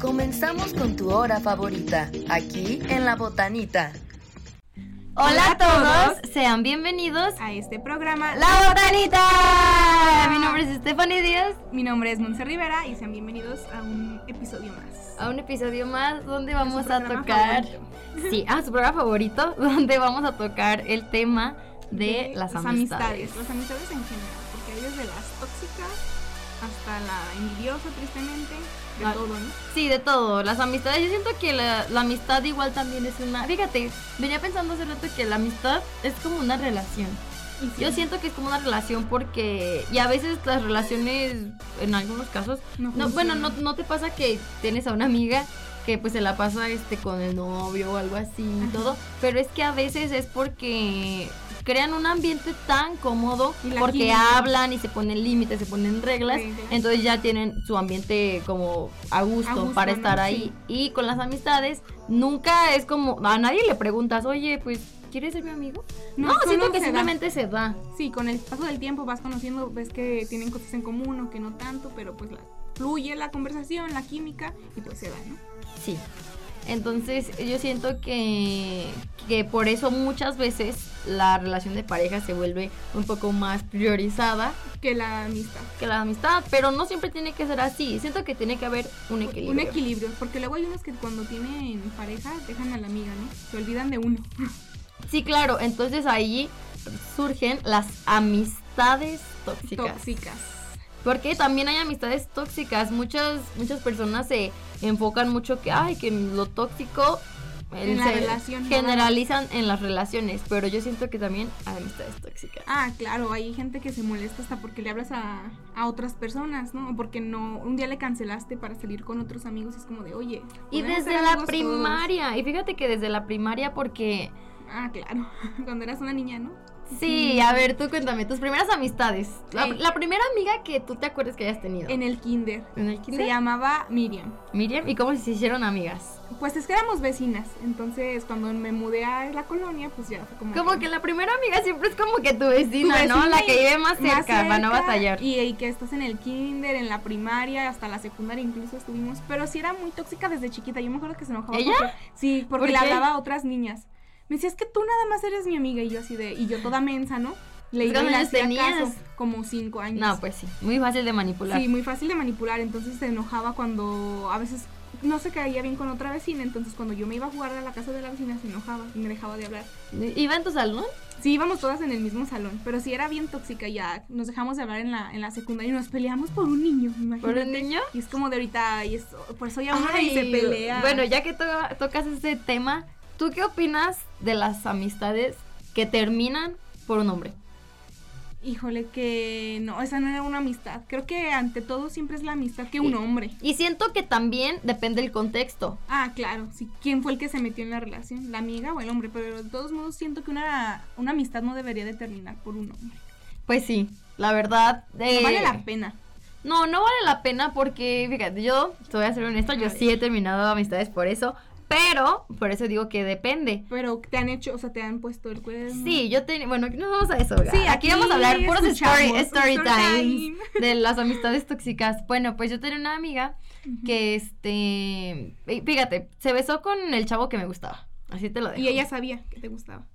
Comenzamos con tu hora favorita, aquí en La Botanita. Hola a todos, sean bienvenidos a este programa La Botanita. Mi nombre es Stephanie Díaz, Mi nombre es Monse Rivera y sean bienvenidos a un episodio más. a un episodio más donde vamos Su a programa tocar, favorito sí, a su programa favorito, donde vamos a tocar el tema de, las amistades. Las amistades en general, porque hay desde las tóxicas hasta la envidiosa, tristemente, de Ah. todo, ¿no? Sí, de todo, las amistades. Yo siento que la, la amistad igual también es una... Fíjate, venía pensando hace rato que la amistad es como una relación. Y Yo siento que es como una relación porque... Y a veces las relaciones, en algunos casos, No, bueno, no, no te pasa que tienes a una amiga que pues se la pasa este con el novio o algo así y Ajá. todo, pero es que a veces es porque crean un ambiente tan cómodo Y la porque química. hablan y se ponen límites, se ponen reglas, Reglas. entonces ya tienen su ambiente como a gusto, A gusto, para ¿no? estar Sí. ahí y con las amistades nunca es como a nadie le preguntas, "Oye, pues ¿quieres ser mi amigo?" No, solo siento que se da. simplemente se da. Sí, con el paso del tiempo vas conociendo, ves que tienen cosas en común o que no tanto, pero pues la, fluye la conversación, la química y pues se da, ¿no? Sí. Entonces yo siento que, que por eso muchas veces la relación de pareja se vuelve un poco más priorizada Que la amistad. que la amistad, pero no siempre tiene que ser así. Siento que tiene que haber un equilibrio. Un equilibrio, porque luego hay unos que cuando tienen pareja dejan a la amiga, ¿no? Se olvidan de uno. Sí, claro, entonces ahí surgen las amistades tóxicas. Tóxicas. Porque también hay amistades tóxicas. Muchas, muchas personas se enfocan mucho que, ay, que lo tóxico eh, En la se relación, nada más. generalizan en las relaciones. Pero yo siento que también hay amistades tóxicas. Ah, claro, hay gente que se molesta hasta porque le hablas a, a otras personas, ¿no? O porque no, un día le cancelaste para salir con otros amigos, es como de, oye. Y podemos desde ser la amigos primaria, y fíjate que desde la primaria porque... todos. Ah, claro, cuando eras una niña, ¿no? Sí, a ver, tú cuéntame, tus primeras amistades. La, Ey. la primera amiga que tú te acuerdas que hayas tenido. Eh. En el kinder. ¿En el Se kinder? llamaba Miriam. Miriam, ¿y cómo se hicieron amigas? Pues es que éramos vecinas, entonces cuando me mudé a la colonia, pues ya fue como... Como que la primera amiga siempre es como que tu tu vecina, ¿no? vecina La que y- vive más cerca, para no Pues cerca, batallar. Y, y que estás en el kinder, en la primaria, hasta la secundaria incluso estuvimos. Pero sí era muy tóxica desde chiquita. Yo me acuerdo que se enojaba. ¿Ella? porque- sí, porque ¿Por qué? le hablaba a otras niñas. Me decía, es que tú nada más eres mi amiga. Y yo así de, y yo toda mensa, ¿no? Le iba y ¿Cuántos le años hacía tenías? caso, como cinco años. No, pues sí, muy fácil de manipular. Sí, muy fácil de manipular. Entonces se enojaba cuando a veces no se caía bien con otra vecina. Entonces cuando yo me iba a jugar a la casa de la vecina se enojaba y me dejaba de hablar. ¿Iba en tu salón? Sí, íbamos todas en el mismo salón, pero sí era bien tóxica ya. Nos dejamos de hablar en la, en la secundaria y nos peleamos por un niño, ¿Por imagínate. un niño? Y es como de ahorita, y es, por eso ya una Ay, y se pelea. Bueno, ya que to- tocas ese tema, ¿tú qué opinas de las amistades que terminan por un hombre? Híjole, que no, esa no era una amistad. Creo que ante todo siempre es la amistad que un Sí. hombre. Y siento que también depende del contexto. Ah, claro, sí. ¿Quién fue el que se metió en la relación? ¿La amiga o el hombre? Pero de todos modos siento que una, una amistad no debería de terminar por un hombre. Pues sí, la verdad. eh, No vale la pena. No, no vale la pena porque, fíjate, yo te voy a ser honesta, yo A sí he terminado amistades por eso, pero por eso digo que depende. Pero te han hecho, o sea, te han puesto el cuerno. Sí, yo tenía. Bueno, aquí nos vamos a eso. Sí, aquí, vamos a hablar puros escuchamos story, story story times time. de las amistades tóxicas. Bueno, pues yo tenía una amiga Ujú. que, este. Fíjate, se besó con el chavo que me gustaba. Así te lo dejo. Y ella sabía que te gustaba.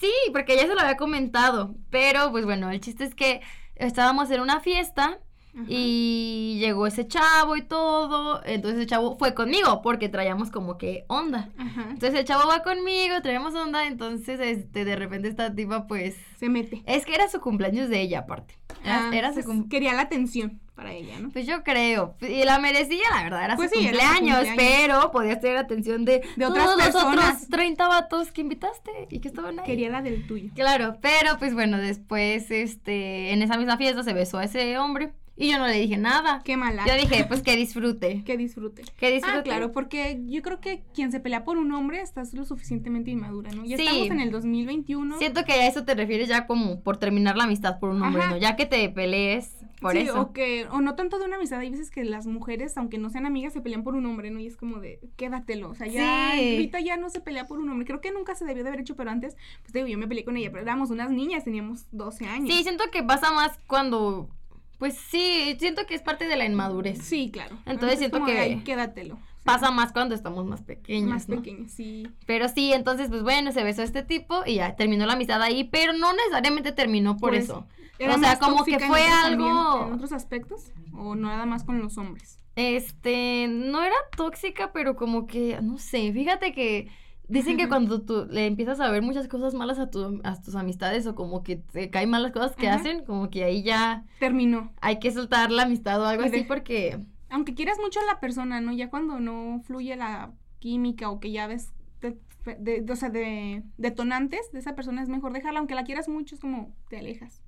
Sí, porque ella se lo había comentado. Pero, pues bueno, el chiste es que estábamos en una fiesta Ajá. y llegó ese chavo y todo. Entonces el chavo fue conmigo porque traíamos como que onda. Ajá. Entonces el chavo va conmigo, traíamos onda. Entonces, este, de repente esta tipa, pues. Se mete. Es que era su cumpleaños de ella, aparte. Era, Ah, era su pues, cum- Quería la atención para ella, ¿no? Pues yo creo. Y la merecía, la verdad. Era Pues su sí, era su cumpleaños, cumpleaños. pero podías tener atención de, De otras todos los otros personas. 30 vatos que invitaste y que estaban ahí. Quería la del tuyo. Claro, pero pues bueno, después, este, en esa misma fiesta se besó a ese hombre y yo no le dije nada. Qué mala. Yo dije, pues que disfrute. Que disfrute. Que disfrute. Ah, claro, porque yo creo que quien se pelea por un hombre estás lo suficientemente inmadura, ¿no? Ya Sí. estamos en el 2021. Siento que a eso te refieres ya como por terminar la amistad por un hombre, Ajá. ¿no? Ya que te pelees por Sí, eso. O, que, o no tanto de una amistad. Hay veces que las mujeres, aunque no sean amigas, se pelean por un hombre, ¿no? Y es como de, quédatelo. O sea, ya Sí. ahorita ya no se pelea por un hombre. Creo que nunca se debió de haber hecho, pero antes, pues te digo, yo me peleé con ella, pero éramos unas niñas, teníamos 12 años. Sí, siento que pasa más cuando Pues sí, siento que es parte de la inmadurez. Sí, claro. Entonces siento como que- de ahí, quédatelo. Pasa más cuando estamos más pequeños. Más ¿no? pequeño, sí. Pero sí, entonces, pues bueno, se besó este tipo y ya terminó la amistad ahí, pero no necesariamente terminó por Por eso. Era O sea, más como tóxica que en fue otros también, algo- ¿En otros aspectos? ¿O no nada más con los hombres? Este, no era tóxica, pero como que, no sé, fíjate que dicen que Ajá. cuando tú le empiezas a ver muchas cosas malas a, tu- a tus amistades o como que te caen malas cosas que Ajá. hacen, como que ahí ya Terminó. hay que soltar la amistad o algo Y así de- porque... Aunque quieras mucho a la persona, ¿no? Ya cuando no fluye la química o que ya ves, de- de- de- o sea, de detonantes de esa persona, es mejor dejarla. Aunque la quieras mucho, es como te alejas.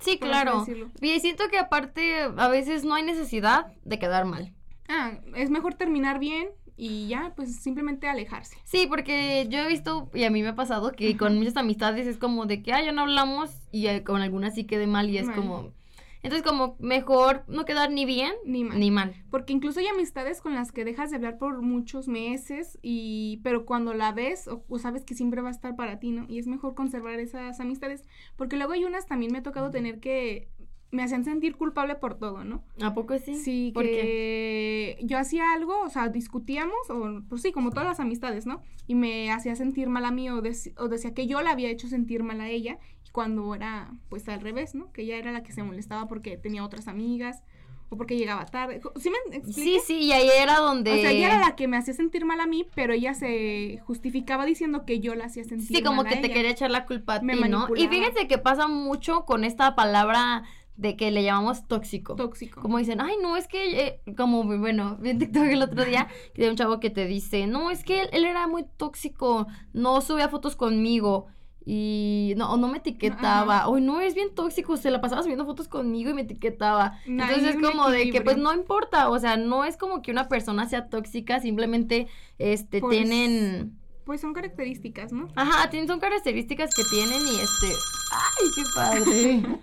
Sí, por así claro. decirlo. Y siento que aparte a veces no hay necesidad de quedar mal. Ah, es mejor terminar bien y ya, pues simplemente alejarse. Sí, porque yo he visto y a mí me ha pasado que con muchas amistades es como de que, ah, ya no hablamos y eh, con algunas sí quedé mal y es Mal. como... Entonces como mejor no quedar ni bien Ni mal. ni mal. Porque incluso hay amistades con las que dejas de hablar por muchos meses y pero cuando la ves o, o sabes que siempre va a estar para ti, ¿no? Y es mejor conservar esas amistades porque luego hay unas también me ha tocado tener que me hacían sentir culpable por todo, ¿no? ¿A poco sí? Sí, ¿Por qué? que yo hacía algo, o sea, discutíamos, o pues sí, como todas las amistades, ¿no? Y me hacía sentir mal a mí o, dec- o decía que yo la había hecho sentir mal a ella, y cuando era pues al revés, ¿no? Que ella era la que se molestaba porque tenía otras amigas o porque llegaba tarde. Jo- ¿Sí me Sí, explico? sí, y ahí era donde... O sea, ella era la que me hacía sentir mal a mí, pero ella se justificaba diciendo que yo la hacía sentir Sí, como mal que a te ella. quería echar la culpa a ti, Me ¿no? Y manipulaba. fíjense que pasa mucho con esta palabra de que le llamamos tóxico. tóxico. Como dicen, ay, no, es que, eh", como, bueno, vi en TikTok el otro día que de un chavo que te dice, no, es que él, él era muy tóxico, no subía fotos conmigo y no, o no me etiquetaba, o no, es bien tóxico, se la pasaba subiendo fotos conmigo y me etiquetaba. No, hay Entonces es un como de que, equilibrio. pues no importa, o sea, no es como que una persona sea tóxica, simplemente, este, Pues- tienen, Pues son características, ¿no? ajá, tienen, son características que tienen y este, ay,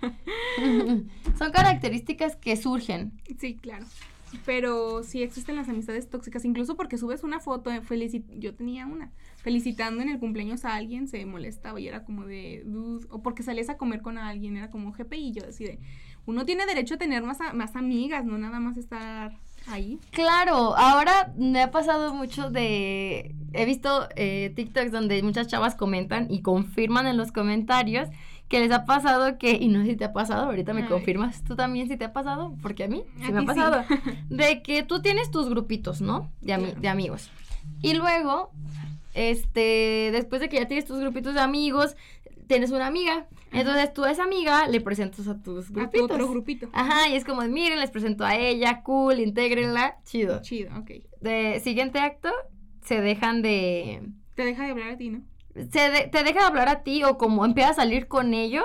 qué padre. son características que surgen. Sí, claro. Pero sí existen las amistades tóxicas, incluso porque subes una foto, eh, felici- yo tenía una, felicitando en el cumpleaños a alguien, se molestaba y era como de, "Dude", o porque salías a comer con alguien, era como jefe y yo así de, uno tiene derecho a tener más, a- más amigas, no nada más estar ahí. Claro, ahora me ha pasado mucho de... He visto eh, TikToks donde muchas chavas comentan y confirman en los comentarios que les ha pasado que... Y no sé si te ha pasado, ahorita me Ay. confirmas tú también si te ha pasado, porque a mí sí A me ha ti sí. pasado. De que tú tienes tus grupitos, ¿no? De, ami- Claro. de amigos. Y luego, este, después de que ya tienes tus grupitos de amigos, tienes una amiga. Entonces tú a esa amiga le presentas a tus A tu grupitos. otro grupito. Ajá, y es como, miren, les presento a ella, cool, intégrenla, chido. Chido, ok. De siguiente acto, se dejan de. Te deja de hablar a ti, ¿no? Se de- te deja de hablar a ti o como empieza a salir con ellos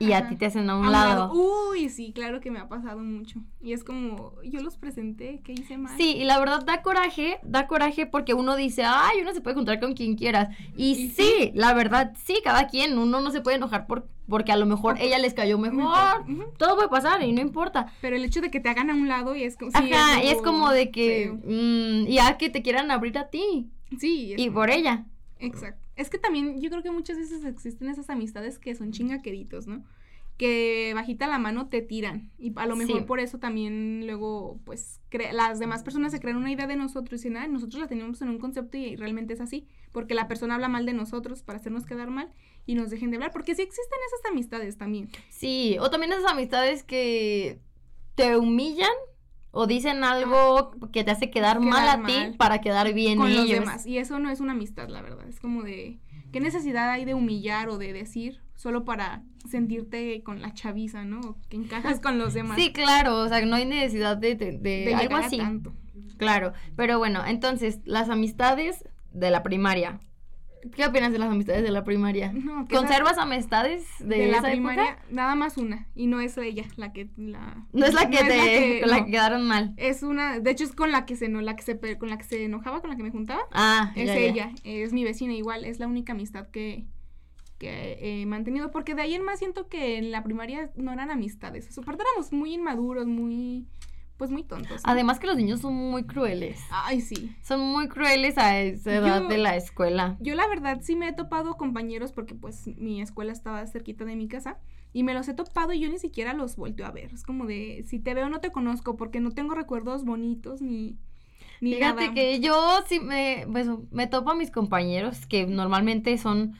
y a Ajá. ti te hacen a un A un lado. lado. Uh, Uy, sí, claro que me ha pasado mucho. Y es como, yo los presenté, ¿qué hice mal? Sí, y la verdad da coraje, da coraje porque uno dice, ay, uno se puede encontrar con quien quieras. Y, Y sí, la verdad, sí, cada quien, uno no se puede enojar por, porque a lo mejor ella les cayó mejor. Ujú. Todo puede pasar y no importa. Pero el hecho de que te hagan a un lado y es como... sí, Ajá, y es algo como de que, feo. mm, ya que te quieran abrir a ti Sí, es- y por ella. exacto. Es que también yo creo que muchas veces existen esas amistades que son chingaqueditos, ¿no? Que bajita la mano te tiran. Y a lo mejor Sí. por eso también luego, pues, cre- las demás personas se crean una idea de nosotros y dicen, ah, nosotros la teníamos en un concepto y realmente es así. Porque la persona habla mal de nosotros para hacernos quedar mal y nos dejen de hablar. Porque sí existen esas amistades también. Sí, o también esas amistades que te humillan o dicen algo que te hace quedar, Quedar mal a ti mal. para quedar bien con ellos. los demás. Y eso no es una amistad, la verdad. Es como de. ¿Qué necesidad hay de humillar o de decir solo para sentirte con la chaviza, ¿no? O Que encajas con los demás. Sí, claro, o sea, no hay necesidad de, de- de de algo llegar a así. tanto. Claro, pero bueno, entonces, las amistades de la primaria. ¿Qué opinas de las amistades de la primaria? No, que esa- ¿Conservas amistades de, de, la esa primaria, época? nada más una. Y no es ella la que. La, No es la que te con la no. que quedaron mal. Es una. De hecho, es con la que se, no, la que se, pe- con la que se enojaba, con la que me juntaba. Ah, Es ya, ya. ella, es mi vecina igual, es la única amistad que, que he mantenido, porque de ahí en más siento que en la primaria no eran amistades. Aparte éramos muy inmaduros, muy, pues muy tontos. ¿no? Además que los niños son muy crueles. Ay, sí. Son muy crueles a esa edad Ah. Yo- de la escuela. Yo la verdad sí me he topado compañeros porque pues mi escuela estaba cerquita de mi casa y me los he topado y yo ni siquiera los volteo a ver. Es como de, si te veo no te conozco porque no tengo recuerdos bonitos ni... ni Fíjate nada. que yo sí me, pues, me topo a mis compañeros que normalmente son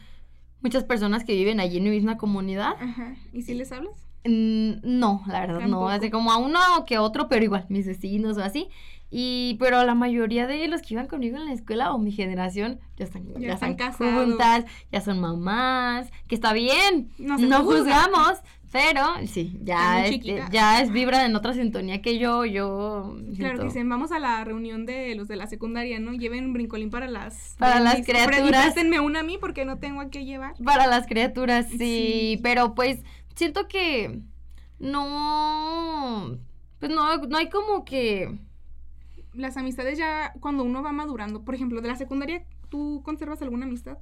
muchas personas que viven allí en mi misma comunidad. Ajá. ¿Y si les hablas? Mm, No, la verdad, no. Tampoco. Así como a uno o que a otro, pero igual, mis vecinos o así. Y, pero la mayoría de los que iban conmigo en la escuela o mi generación ya están, Ya están están casados. juntas, ya son mamás, que está bien, No no, se juzga. juzgamos, pero sí, Están ya, muy este, chiquitas. ya es vibra en otra sintonía que yo, yo Claro, que siento- dicen, vamos a la reunión de los de la secundaria, ¿no? Lleven un brincolín para las... Para las Pero criaturas. invítenme una a mí porque no tengo a qué llevar. Para las criaturas, sí, Sí. pero pues siento que no, pues no, no hay como que... Las amistades ya cuando uno va madurando, por ejemplo, de la secundaria, ¿tú conservas alguna amistad?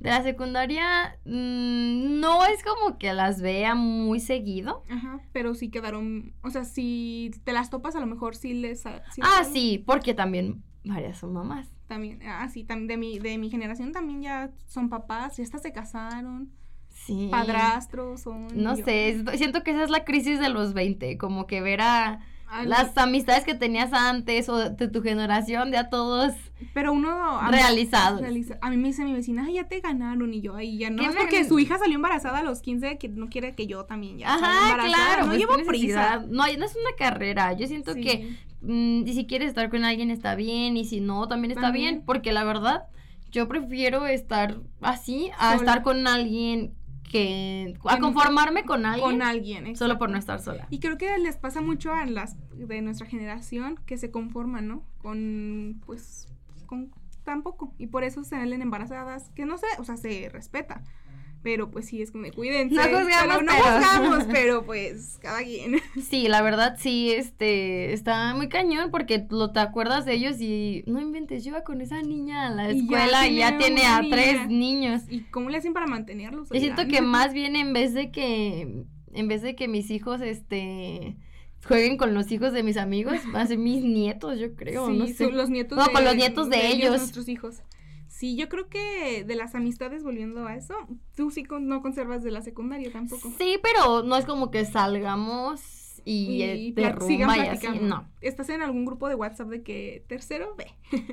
De la secundaria mm, no es como que las vea muy seguido. Ajá, pero sí quedaron, o sea, si te las topas a lo mejor sí les... sí les Ah, hablas. sí, porque también varias son mamás. También, ah, sí, tam- de, mi, de mi generación también ya son papás, ya hasta se casaron, Sí. padrastros, son... No yo- sé, es- siento que esa es la crisis de los 20, como que ver a Ay, las amistades que tenías antes o de tu generación ya todos Pero uno... a mí- realizados. realiza- A mí me dice mi vecina, ay, ya te ganaron, y yo, ay, ya no, ¿Qué es me porque gan- su hija salió embarazada a los 15, que no quiere que yo también ya salga Ajá, embarazada, claro, no pues, llevo qué necesidad. prisa. No, hay- no es una carrera, yo siento Sí. que mm, y si quieres estar con alguien está bien y si no también está También. bien porque la verdad yo prefiero estar así a Sola. estar con alguien que Que a no- conformarme con alguien Con alguien, exacto. solo por no estar sola Y creo que les pasa mucho a las de nuestra generación que se conforman, ¿no? Con, pues, con tan poco. Y por eso se salen embarazadas, que no sé, o sea, se respeta. Pero pues sí, es como, de, cuídense. No juzgamos, pero no pero- juzgamos, pero pues, cada quien. sí la verdad sí este está muy cañón porque lo te acuerdas de ellos y no inventes lleva con esa niña a la Y ya escuela y ya tiene tiene, una a tres niña. niños ¿Y cómo le hacen para mantenerlos? Yo siento Oigan? que más bien en vez de que en vez de que mis hijos este jueguen con los hijos de mis amigos, van a ser mis nietos, yo creo, Sí, no su- sé. los nietos Bueno, con los nietos de ellos. Nuestros hijos. Sí, yo creo que de las amistades, volviendo a eso, tú sí con- no conservas de la secundaria tampoco. Sí, pero no es como que salgamos y, eh, de plat- sigan rumba y así, platicando. no. ¿Estás en algún grupo de WhatsApp de que tercero B?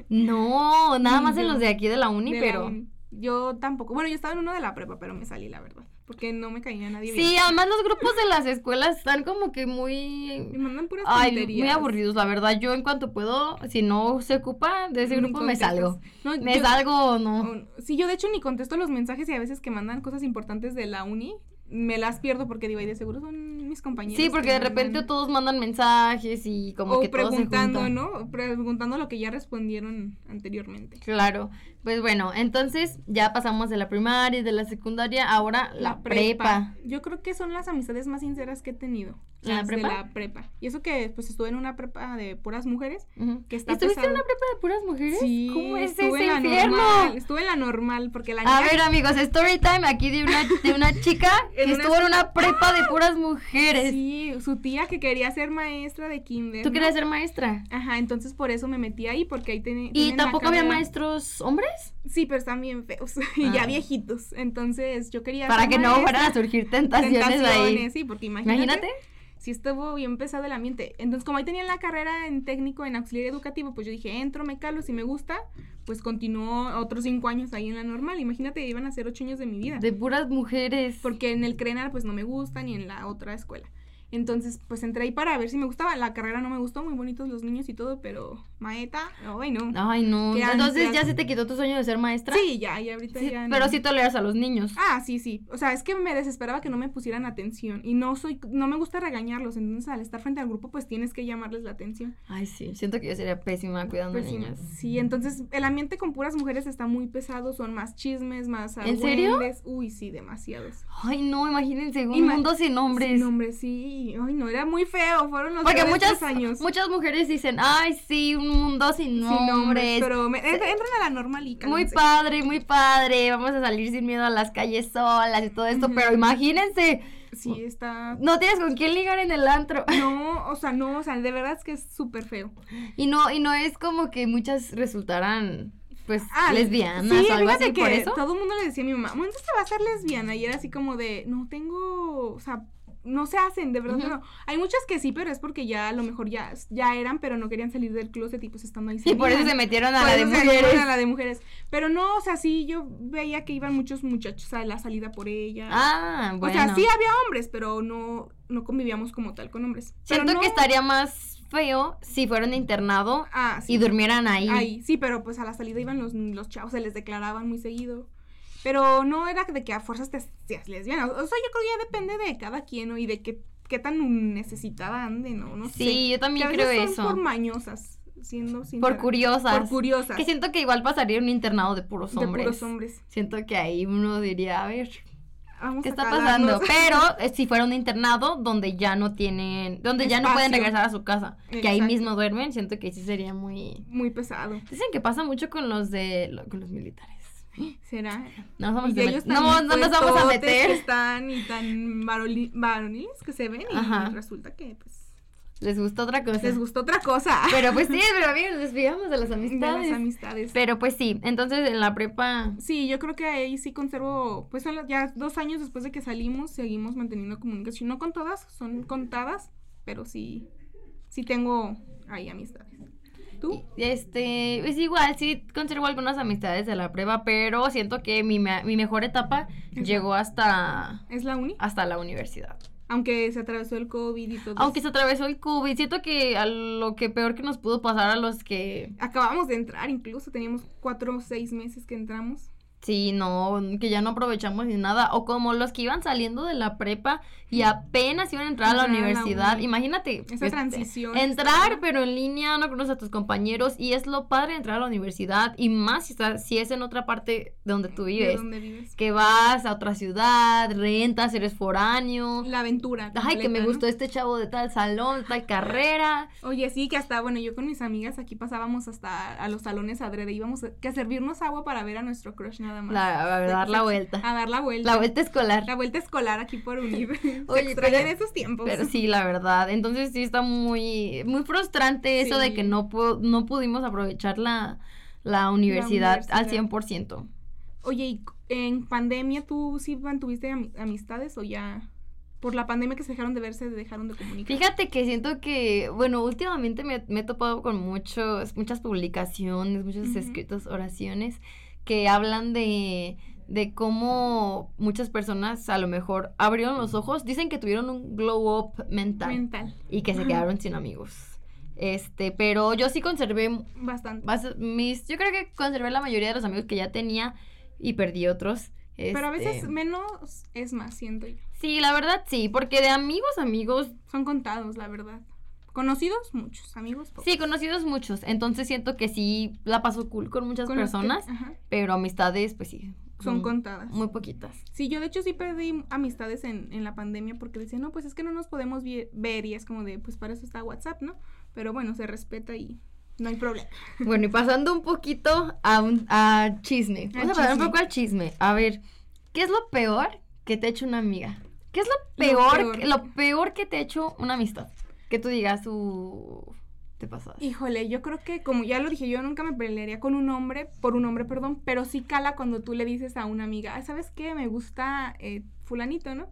No, nada Ni más en yo. los de aquí de la uni, de la pero uni? Yo tampoco. Bueno, yo estaba en uno de la prepa, pero me salí, la verdad. Porque no me caía nadie bien. Sí, además los grupos de las escuelas están como que muy Me mandan puras Ay, tonterías. muy aburridos, la verdad. Yo en cuanto puedo, si no se ocupa de ese Ni grupo, me contestas. salgo. No, Me yo- salgo, no. o- Sí, yo de hecho ni contesto los mensajes y a veces que mandan cosas importantes de la uni, me las pierdo porque digo, ay, de seguro son mis compañeros. Sí, que porque de me repente mandan". todos mandan mensajes y como o que todos se preguntando, juntan. ¿no? Preguntando lo que ya respondieron anteriormente. Claro. Pues bueno, entonces ya pasamos de la primaria y de la secundaria, ahora la, prepa. Yo creo que son las amistades más sinceras que he tenido. ¿En la las prepa? De la prepa. Y eso que pues estuve en una prepa de puras mujeres. Ujú. Que está ¿Estuviste en pesado. una prepa de puras mujeres? Sí, ¿Cómo es ese estuve en la infierno? normal. Estuve en la normal porque la niña A ver, amigos, story time aquí de una, de una chica que En una estuvo en una prepa de puras mujeres. sí, su tía que quería ser maestra de kinder. ¿Tú ¿no? querías ser maestra? Ajá, entonces por eso me metí ahí porque ahí tenía ¿Y tampoco había maestros hombres? Sí, pero están bien feos y ya Ah. viejitos. Entonces yo quería Para ser que no maestra. fueran a surgir tentaciones, ahí. tentaciones, sí, porque Imagínate. sí estuvo bien pesado el ambiente. Entonces, como ahí tenía la carrera en técnico en auxiliar educativo, pues yo dije, entro, me calo, si me gusta, pues continuó otros cinco años ahí en la normal. Imagínate, iban a ser ocho años de mi vida. De puras mujeres. Porque en el Crenar, pues no me gusta, ni en la otra escuela. Entonces, pues entré ahí para ver si me gustaba. La carrera no me gustó, muy bonitos los niños y todo, pero maeta, ay no. Ay, no. Qué Entonces ansias. ya se te quitó tu sueño de ser maestra. Sí, ya, y ahorita Sí, ya. pero no. sí toleras a los niños. Ah, sí, sí. O sea, es que me desesperaba que no me pusieran atención. Y no soy, no me gusta regañarlos. Entonces, al estar frente al grupo, pues tienes que llamarles la atención. Ay, sí. Siento que yo sería pésima cuidando Pues a sí, niñas. sí, entonces el ambiente con puras mujeres está muy pesado, son más chismes, más ¿En serio? argüendes. Uy, sí, demasiados. Ay, no, imagínense un Ima- mundo sin hombres. Sin hombres, sí. Ay, no, era muy feo, fueron los Porque peores muchas, tres años. muchas mujeres dicen, ay, sí, un mundo sin, sin hombres, hombres. pero me- en- entran a la normal y Muy cálmense. padre, muy padre. Vamos a salir sin miedo a las calles solas y todo esto. Ujú. Pero imagínense Sí, está. No tienes con quién ligar en el antro. No, o sea, no, o sea, de verdad es que es súper feo. Y no, y no es como que muchas resultarán, pues, Ah, lesbianas sí, o algo fíjate así que por eso. Todo el mundo le decía a mi mamá, "Bueno, entonces te va a ser lesbiana. Y era así como de, no tengo, o sea, no se hacen, de verdad Ujú. no. Hay muchas que sí, pero es porque ya a lo mejor ya, ya eran, pero no querían salir del closet y pues estando ahí. Y por eso salían. se metieron a Por la de eso se fueron a mujeres. la de mujeres. Pero no, o sea, sí, yo veía que iban muchos muchachos a la salida por ella. Ah, bueno. O sea, sí había hombres, pero no, no convivíamos como tal con hombres. Pero Siento no- que estaría más feo si fueran internado Ah, sí. y durmieran ahí. Ahí, sí, pero pues a la salida iban los, los chavos, se les declaraban muy seguido. Pero no era de que a fuerzas te seas lesbiana. O sea, yo creo que ya depende de cada quien ¿no? y de qué, qué tan necesitada ande, ¿no? No sí, sé. yo Que a también veces creo son eso. por mañosas, siendo Por sincera. curiosas. Por curiosas. Que siento que igual pasaría un internado de puros de hombres. puros hombres. Siento que ahí uno diría, a ver, Vamos ¿qué a está pasando? calarnos. Pero eh, si fuera un internado donde ya no tienen, donde ya no pueden Espacio. regresar a su casa, que ahí Exacto. mismo duermen, siento que sí sería muy... Muy pesado. Dicen que pasa mucho con los de lo- con los militares. ¿Será? No nos vamos, Y a, ellos met- tan no, no nos vamos a puertotes Que meter. están y tan varoli- varoniles que se ven y Ajá. resulta que pues Les gustó otra cosa. les gustó otra cosa. Pero pues sí, pero bien, nos desviamos de las De amistades. las amistades. Pero pues sí, entonces en la prepa Sí, yo creo que ahí sí conservo, pues son las- ya dos años después de que salimos, seguimos manteniendo comunicación. No con todas, son contadas, pero sí, sí tengo ahí amistades. ¿Tú? Y- Este, pues igual, sí conservo algunas amistades de la prueba, pero siento que mi, me- mi mejor etapa llegó hasta, ¿Es la uni? hasta la universidad. Aunque se atravesó el COVID y todo. Aunque se atravesó el COVID, siento que a lo que peor que nos pudo pasar a los que, Acabamos de entrar, incluso teníamos cuatro o seis meses que entramos. sí, no, que ya no aprovechamos ni nada, o como los que iban saliendo de la prepa y apenas iban a entrar a la Entrar a la universidad, uni. imagínate. Esa este, transición. Entrar, pero en línea, no conoces a tus compañeros y es lo padre de entrar a la universidad y más si, estás- si es en otra parte de donde tú ¿De vives. dónde vives? que vas a otra ciudad, rentas, eres foráneo. La aventura. Ay, que completa, me ¿no? gustó este chavo de tal salón, tal carrera. Oye, sí, que hasta, bueno, yo con mis amigas aquí pasábamos hasta a los salones adrede, íbamos a, que a servirnos agua para ver a nuestro crush nada más. La- a dar la vuelta. A dar la vuelta. La vuelta escolar. La vuelta escolar aquí por unir. Se Oye, extrañan pero- esos tiempos. Pero sí, la verdad. Entonces sí está muy, muy frustrante eso de que Sí. no, pu- no pudimos aprovechar la, la universidad al universidad. 100%. Oye, ¿y c- en pandemia tú sí mantuviste ami- amistades o ya por la pandemia que se dejaron de verse, dejaron de comunicar? Fíjate que siento que, bueno, últimamente me, me he topado con muchos, muchas publicaciones, muchos Ujú. escritos, oraciones que hablan de, de cómo muchas personas a lo mejor abrieron los ojos, dicen que tuvieron un glow up mental Mental, y que se quedaron sin amigos. Este, pero yo sí conservé bastante. bas- mis, yo creo que conservé la mayoría de los amigos que ya tenía y perdí otros. Pero a veces Este, menos es más, siento yo. sí, la verdad sí, porque de amigos, amigos, Son contados, la verdad. Conocidos, muchos. Amigos, pocos. Sí, conocidos muchos. Entonces siento que sí la paso cool con muchas Con los que- personas, ajá, pero amistades, pues sí. son contadas. Muy poquitas. Sí, yo de hecho sí perdí amistades en, en la pandemia porque decían, no, pues es que no nos podemos vi- ver y es como de, pues para eso está WhatsApp, ¿no? Pero bueno, se respeta y no hay problema. Bueno, y pasando un poquito a, un, a chisme. A Vamos a pasar un chisme. poco al chisme. A ver, ¿qué es lo peor que te ha hecho una amiga? ¿Qué es lo peor, peor. que- lo peor que te ha hecho una amistad? Que tú digas, uh, te pasas. Híjole, yo creo que como ya lo dije, yo nunca me pelearía con un hombre, por un hombre, perdón, pero sí cala cuando tú le dices a una amiga, "Ah, ¿sabes qué? Me gusta eh, fulanito, ¿no?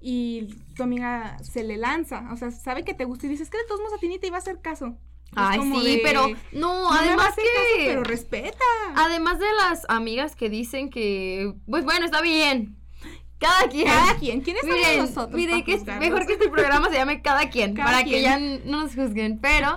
Y tu amiga se le lanza, o sea, sabe que te gusta y dices, que de todos modos a ti ni te iba a hacer caso. Es Ay, como sí, de, pero "No no, me va a además hacer que... caso, pero respeta. Además de las amigas que dicen que, pues bueno, está bien. Cada quien. Cada quien, ¿quiénes somos Miren, nosotros? miren para que es juzgarlos? mejor que este programa se llame Cada quien, Cada para que quien. ya n- no nos juzguen. Pero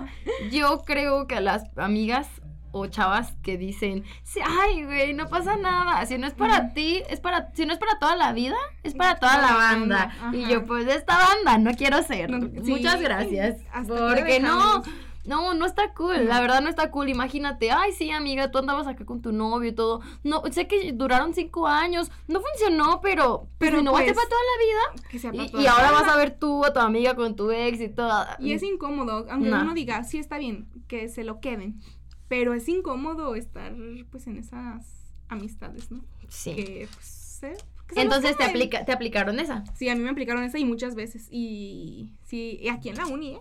yo creo que a las amigas o chavas que dicen, "Sí, ay, güey, no pasa nada, si no es para Ajá. ti, es para, si no es para toda la vida, es para toda la banda. Y ajá. yo, pues de esta banda, no quiero ser. No, sí, Muchas gracias. hasta aquí la Porque no, dejamos. no, no está cool, No. la verdad no está cool. Imagínate, ay, sí, amiga, tú andabas acá con tu novio y todo. No, sé que duraron cinco años, no funcionó, pero, Pero, pero no va a ser pues, para toda la vida. Que sea para Y- Y, toda la ahora vida. vas a ver tú a tu amiga con tu ex y todo. Y es incómodo, aunque No. uno diga, sí está bien, que se lo queden. Pero es incómodo estar pues en esas amistades, ¿no? Sí. Que pues, se- que se lo Entonces te, saben. aplica, te aplicaron esa. Sí, a mí me aplicaron esa y muchas veces. Y sí, y aquí en la uni, ¿eh?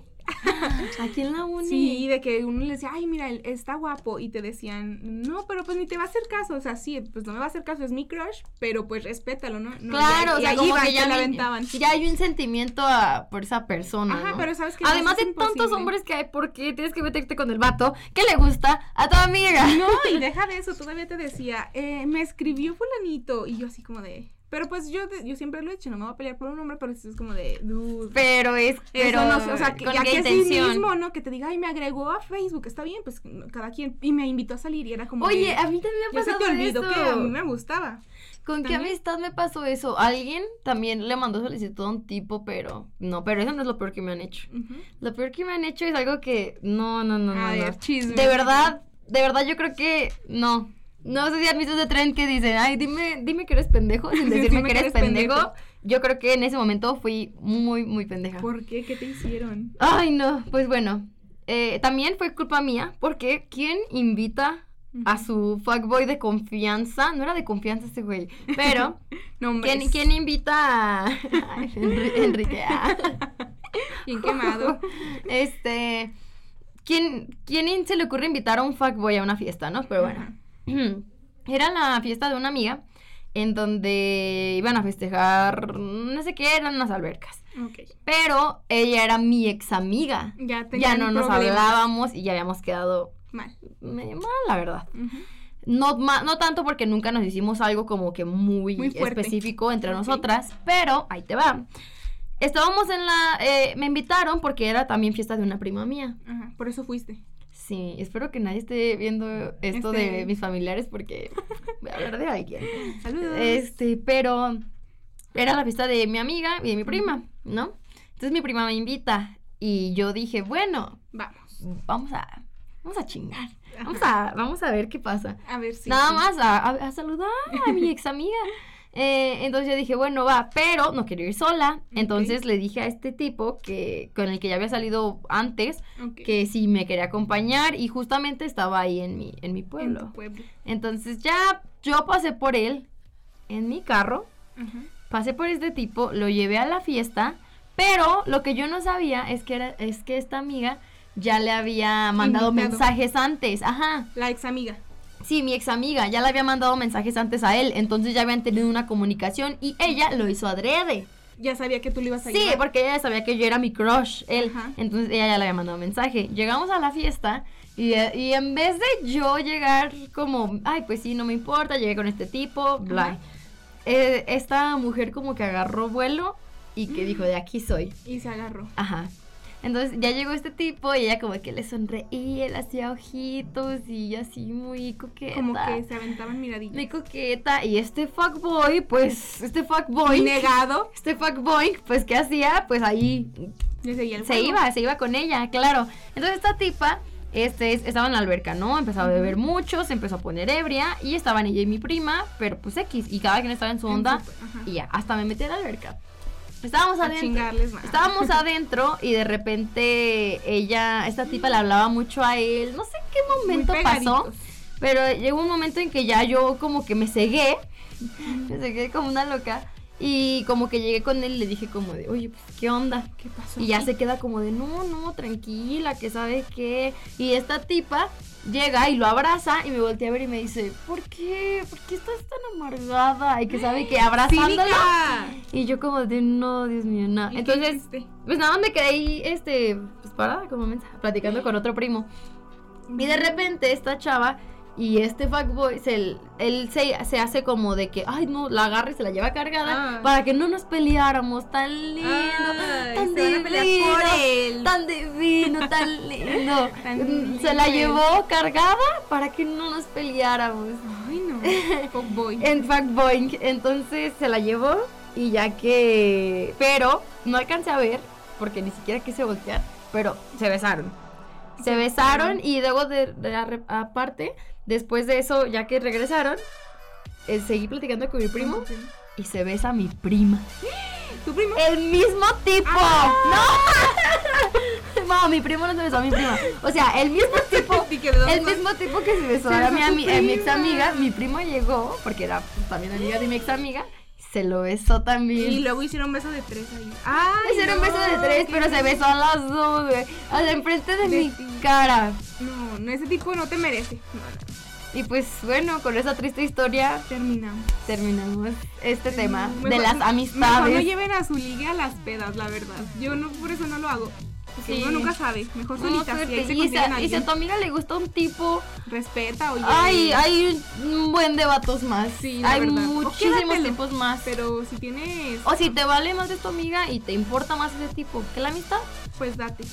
Aquí en la uni. Sí, de que uno le decía, ay, mira, él está guapo. Y te decían, no, pero pues ni te va a hacer caso. O sea, sí, pues no me va a hacer caso, es mi crush, pero pues respétalo, ¿no? No, Claro, y o sea, ahí como iban, que ya, te la vi- aventaban. ya hay un sentimiento a- por esa persona. Ajá, ¿no? pero sabes que Además de eso es tantos imposible. hombres que hay, ¿por qué tienes que meterte con el vato que le gusta a tu amiga? No, y deja de eso, todavía te decía, eh, me escribió fulanito. Y yo así como de, pero pues yo, yo siempre lo he hecho, no me voy a pelear por un hombre, pero es como de, dude. Pero es, pero Pero no, sé, o sea, que, con ya qué que intención. sí mismo, ¿no? Que te diga, ay, me agregó a Facebook, está bien, pues no, cada quien. Y me invitó a salir y era como. Oye, de, a mí también me ha ya se pasado te olvidó eso. que a mí me gustaba. ¿Con qué también. amistad me pasó eso? Alguien también le mandó solicitud a un tipo, pero no, pero eso no es lo peor que me han hecho. Ujú. Lo peor que me han hecho es algo que no, no, no, no. a no. ver, chisme. De verdad, de verdad yo creo que no. No sé si admisos de tren que dicen, ay, dime, dime que eres pendejo, sin Sí, decirme dime que eres, pendejo. Yo creo que en ese momento fui muy, muy pendeja. ¿Por qué? ¿Qué te hicieron? Ay, no, pues bueno. eh, también fue culpa mía, porque ¿quién invita a Ujú. su fuckboy de confianza? No era de confianza ese güey, pero Nombres. ¿quién, quién invita a Ay, Enri- Enrique? ah. Bien quemado. Este, ¿quién, ¿quién se le ocurre invitar a un fuckboy a una fiesta, no? Pero bueno. Ajá. Era la fiesta de una amiga en donde iban a festejar, no sé qué, eran unas albercas. Ok. Pero ella era mi ex amiga. Ya te Ya no nos hablábamos y ya habíamos quedado Mal. medio mal, la verdad. Ujú. No, ma- no tanto porque nunca nos hicimos algo como que muy, Muy fuerte. específico entre Ok. nosotras, pero ahí te va. Estábamos en la... eh, me invitaron porque era también fiesta de una prima mía. Ajá. Por eso fuiste. Sí, espero que nadie esté viendo esto de Este- mis familiares porque voy a hablar de alguien. Saludos. Este, pero era la fiesta de mi amiga y de mi prima, ¿no? Entonces mi prima me invita y yo dije, bueno, Vamos. vamos a, vamos a chingar, Ajá. vamos a, vamos a ver qué pasa. A ver si. Nada más a, a- a saludar a mi ex amiga. Eh, entonces yo dije, bueno, va, pero no quiero ir sola. Entonces le dije a este tipo que con el que ya había salido antes, Ok. que sí me quería acompañar y justamente estaba ahí en mi, en mi En tu pueblo. pueblo. Entonces ya yo pasé por él en mi carro, Ajá. pasé por este tipo, lo llevé a la fiesta, pero lo que yo no sabía es que, era, es que esta amiga ya le había mandado Invitado. mensajes antes, ajá. La ex amiga. Sí, mi ex amiga ya le había mandado mensajes antes a él, entonces ya habían tenido una comunicación y ella lo hizo adrede. Ya sabía que tú le ibas a Sí, llevar. porque ella sabía que yo era mi crush, él. Ajá. Entonces ella ya le había mandado mensaje. Llegamos a la fiesta y, eh, y en vez de yo llegar como, ay, pues sí, no me importa, llegué con este tipo, bla. Ajá. eh, esta mujer como que agarró vuelo y que dijo, de aquí soy. Y se agarró. Ajá. Entonces ya llegó este tipo y ella como que le sonreía, le hacía ojitos y yo así muy coqueta. Como que se aventaban miradillas. Muy coqueta. Y este fuckboy, pues, este fuckboy... Negado. Este fuckboy, pues, ¿qué hacía? Pues ahí Le seguía el se juego. iba, se iba con ella, claro. Entonces esta tipa este, es- estaba en la alberca, ¿no? Empezó a beber mucho, se empezó a poner ebria y estaban ella y mi prima, pero pues X, y cada quien estaba en su En onda su- ajá. y ya, hasta me metí a la alberca. Estábamos a adentro. chingarles más. Estábamos adentro y de repente ella, esta tipa le hablaba mucho a él, no sé en qué Muy momento pasó, pegaditos. pero llegó un momento en que ya yo como que me cegué, me cegué como una loca y como que llegué con él y le dije como de, oye, pues, ¿qué onda? ¿Qué pasó? Y ya aquí? se queda como de, no, no, tranquila, que sabes qué. Y esta tipa llega y lo abraza y me voltea a ver y me dice, ¿por qué? ¿Por qué estás tan amargada? Y que sabe que abrazándolo. ¡Cínica! Y yo como de, no, Dios mío, no. ¿Y qué Ah, Entonces, hiciste? pues nada más me quedé ahí, este, pues parada como mensa, platicando con otro primo. Y de repente esta chava y este fuckboy, se, él se, se hace como de que, ay, no, la agarra y se la lleva cargada Ay. para que no nos peleáramos. Tan lindo, Ah. Ay, tan se van a pelear divino, por él. tan divino, tan lindo. Tan Mm, lindo se la él. llevó cargada para que no nos peleáramos. Ay, no. Fuckboy. En fuckboy, entonces se la llevó y ya que... Pero no alcancé a ver porque ni siquiera quise voltear, pero se besaron. Se besaron y luego de, de la re- aparte, después de eso, ya que regresaron, eh, seguí platicando con mi primo y se besa mi prima. ¿Tu primo? El mismo tipo. No. No, mi primo no se besó a mi prima. O sea, el mismo tipo. Y que de dos El más. mismo tipo que se besó Se a besó mi, a tu ami- a mi ex prima. amiga, mi primo llegó, porque era pues, también amiga de mi ex amiga, se lo besó también. Y luego hicieron beso de tres ahí. ¡Ay! Hicieron no, beso de tres, qué pero se besó a las dos, güey. A la enfrente de, De mi ti. cara. No, no, ese tipo no te merece. No, no. Y pues bueno, con esa triste historia Terminamos. terminamos este tema No, de Mm, mejor- las Mejor no amistades. lleven a su ligue a las pedas, la verdad. Yo no, por eso no lo hago. Porque Sí. uno nunca sabe. Mejor No, solita. si ahí suerte. se Y si consiguen a a- y si alguien, a tu amiga le gusta un tipo, respeta, oye. ay, hay un buen de vatos más. Sí, la hay verdad. O muchísimos quédatelo. tipos más. Pero si tienes, O si te vale más de tu amiga y te importa más ese tipo que la amistad, pues date.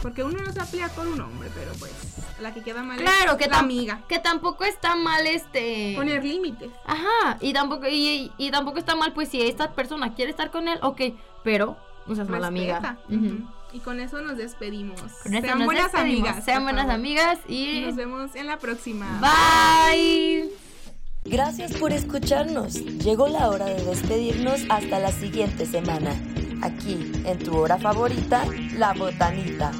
Porque uno no se va a pelear por un hombre, pero pues la que queda mal claro es que la tam- amiga. que tampoco está mal este Poner límites. Ajá, y tampoco, y, y tampoco está mal, pues si esta persona quiere estar con él, ok, pero no seas mala amiga. Respeta. Ujú. Y con eso nos despedimos. Con eso sean nos buenas despedimos. amigas. Sean por buenas favor. amigas Y y nos vemos en la próxima. bye. Gracias por escucharnos. Llegó la hora de despedirnos hasta la siguiente semana. Aquí, en tu hora favorita, La Botanita.